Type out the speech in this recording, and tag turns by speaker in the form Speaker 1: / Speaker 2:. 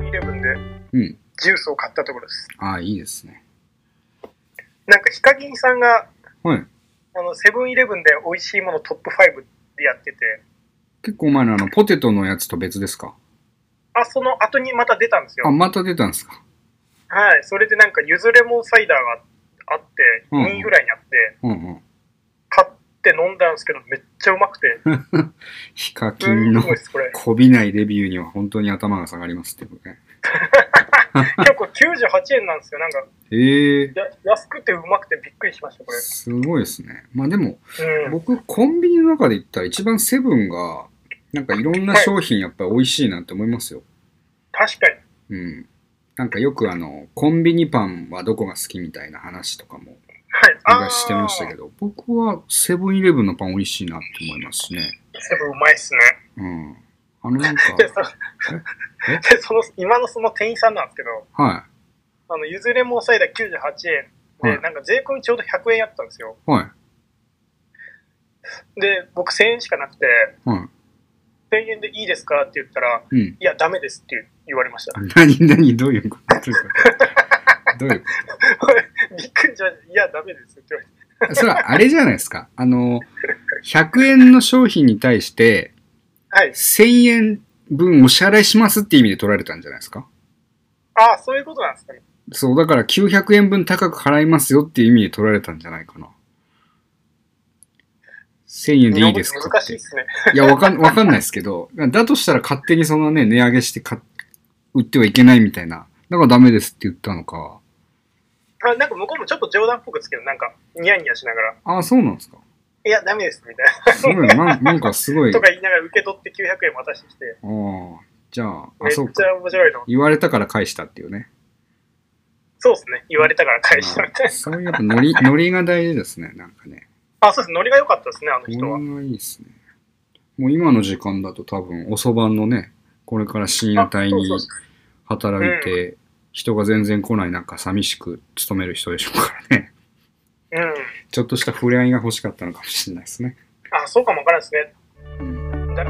Speaker 1: うん。
Speaker 2: ジュースを買ったところです。
Speaker 1: ああ、いいですね。
Speaker 2: なんかヒカキンさんが、
Speaker 1: はい。
Speaker 2: あの、セブンイレブンで美味しいものトップ5でやってて、
Speaker 1: 結構前のあの、ポテトのやつと別ですか
Speaker 2: あ、その後にまた出たんです
Speaker 1: あ、
Speaker 2: よ。
Speaker 1: また出たんですか
Speaker 2: はい。それでなんか、ゆずレモンサイダーがあって、
Speaker 1: うん
Speaker 2: 2位ぐらいにあって、
Speaker 1: うんうん。
Speaker 2: 買って飲んだんですけど、めっちゃうまくて、
Speaker 1: ヒカキン
Speaker 2: うん、
Speaker 1: の
Speaker 2: すごいです、これ。
Speaker 1: こびないレビューには本当に頭が下がりますってことね。
Speaker 2: 結構98円なんですよ。なんか、
Speaker 1: へえ
Speaker 2: や安くてうまくてびっくりしました、これ。
Speaker 1: すごいですね。まあでも、
Speaker 2: うん。
Speaker 1: 僕、コンビニの中で言ったら一番セブンが、なんかいろんな商品やっぱり美味しいなって思いますよ。
Speaker 2: 確かに。
Speaker 1: うん。なんかよくあの、コンビニパンはどこが好きみたいな話とかも、
Speaker 2: はい。
Speaker 1: 僕はしてましたけ
Speaker 2: ど。
Speaker 1: ど、僕はセブンイレブンのパン美味しいなって思いますしね。
Speaker 2: セブンうまいっすね。
Speaker 1: うん。あのな んか、
Speaker 2: で、そでその、今のその店員さんなんですけど、
Speaker 1: は
Speaker 2: あの、ゆずレモンサイダー98円で、
Speaker 1: はい
Speaker 2: なんか税込みちょうど100円やったんですよ。
Speaker 1: い、はい、
Speaker 2: で、僕1000円しかなくて、
Speaker 1: は
Speaker 2: 1000円でいいですかって言ったら、
Speaker 1: い。うん。
Speaker 2: いや、ダメですって言われま した。
Speaker 1: 何、何、どういうことどういうことどういうこ
Speaker 2: びっくりしました。いや、ダメですって言われて。
Speaker 1: とそれはあれじゃないですか。あの、100円の商品に対して、
Speaker 2: はい。
Speaker 1: 1000円分お支払いしますって意味で取られたんじゃないですか
Speaker 2: ああ、そういうことなんですかね。
Speaker 1: そう、だから900円分高く払いますよっていう意味で取られたんじゃないかな。1000円でいいですか
Speaker 2: 難
Speaker 1: っ
Speaker 2: しい
Speaker 1: て
Speaker 2: で。すね。
Speaker 1: いや、わかん、わかんないですけど、だとしたら勝手にそのね、値上げして買っ売ってはいけないみたいな。だからダメですって言ったのか。
Speaker 2: あなんか向こうもちょっと冗談っぽくですけど、なんか、ニヤニヤしながら、
Speaker 1: ああ、そうなんですか。
Speaker 2: いや、ダメですみたい
Speaker 1: すごい、なんなんかす ご
Speaker 2: な。
Speaker 1: い。
Speaker 2: と
Speaker 1: あ
Speaker 2: か言いながら受け取って900円渡してきて、
Speaker 1: あ、じゃあ、
Speaker 2: め
Speaker 1: あ、
Speaker 2: っち
Speaker 1: そうか。
Speaker 2: ゃ面白いの。
Speaker 1: 言われたから返したっていうね。
Speaker 2: そうですね。言われたから返したみたいな。
Speaker 1: そういうやっ ぱノリ、ノリが大事ですね、なんかね。
Speaker 2: あ、そうです。ノリが良かったですね、あの
Speaker 1: こ
Speaker 2: 人は。
Speaker 1: れがいいですね。もう今の時間だと多分遅番のね、これから深夜帯に
Speaker 2: あそうそう
Speaker 1: 働いて、人が全然来ない中寂しく勤める人でしょうからね。
Speaker 2: うん。
Speaker 1: ちょっとした触れ合いが欲しかったのかもしれないですね。
Speaker 2: あ、そうかもわからないですね。
Speaker 1: うん
Speaker 2: だ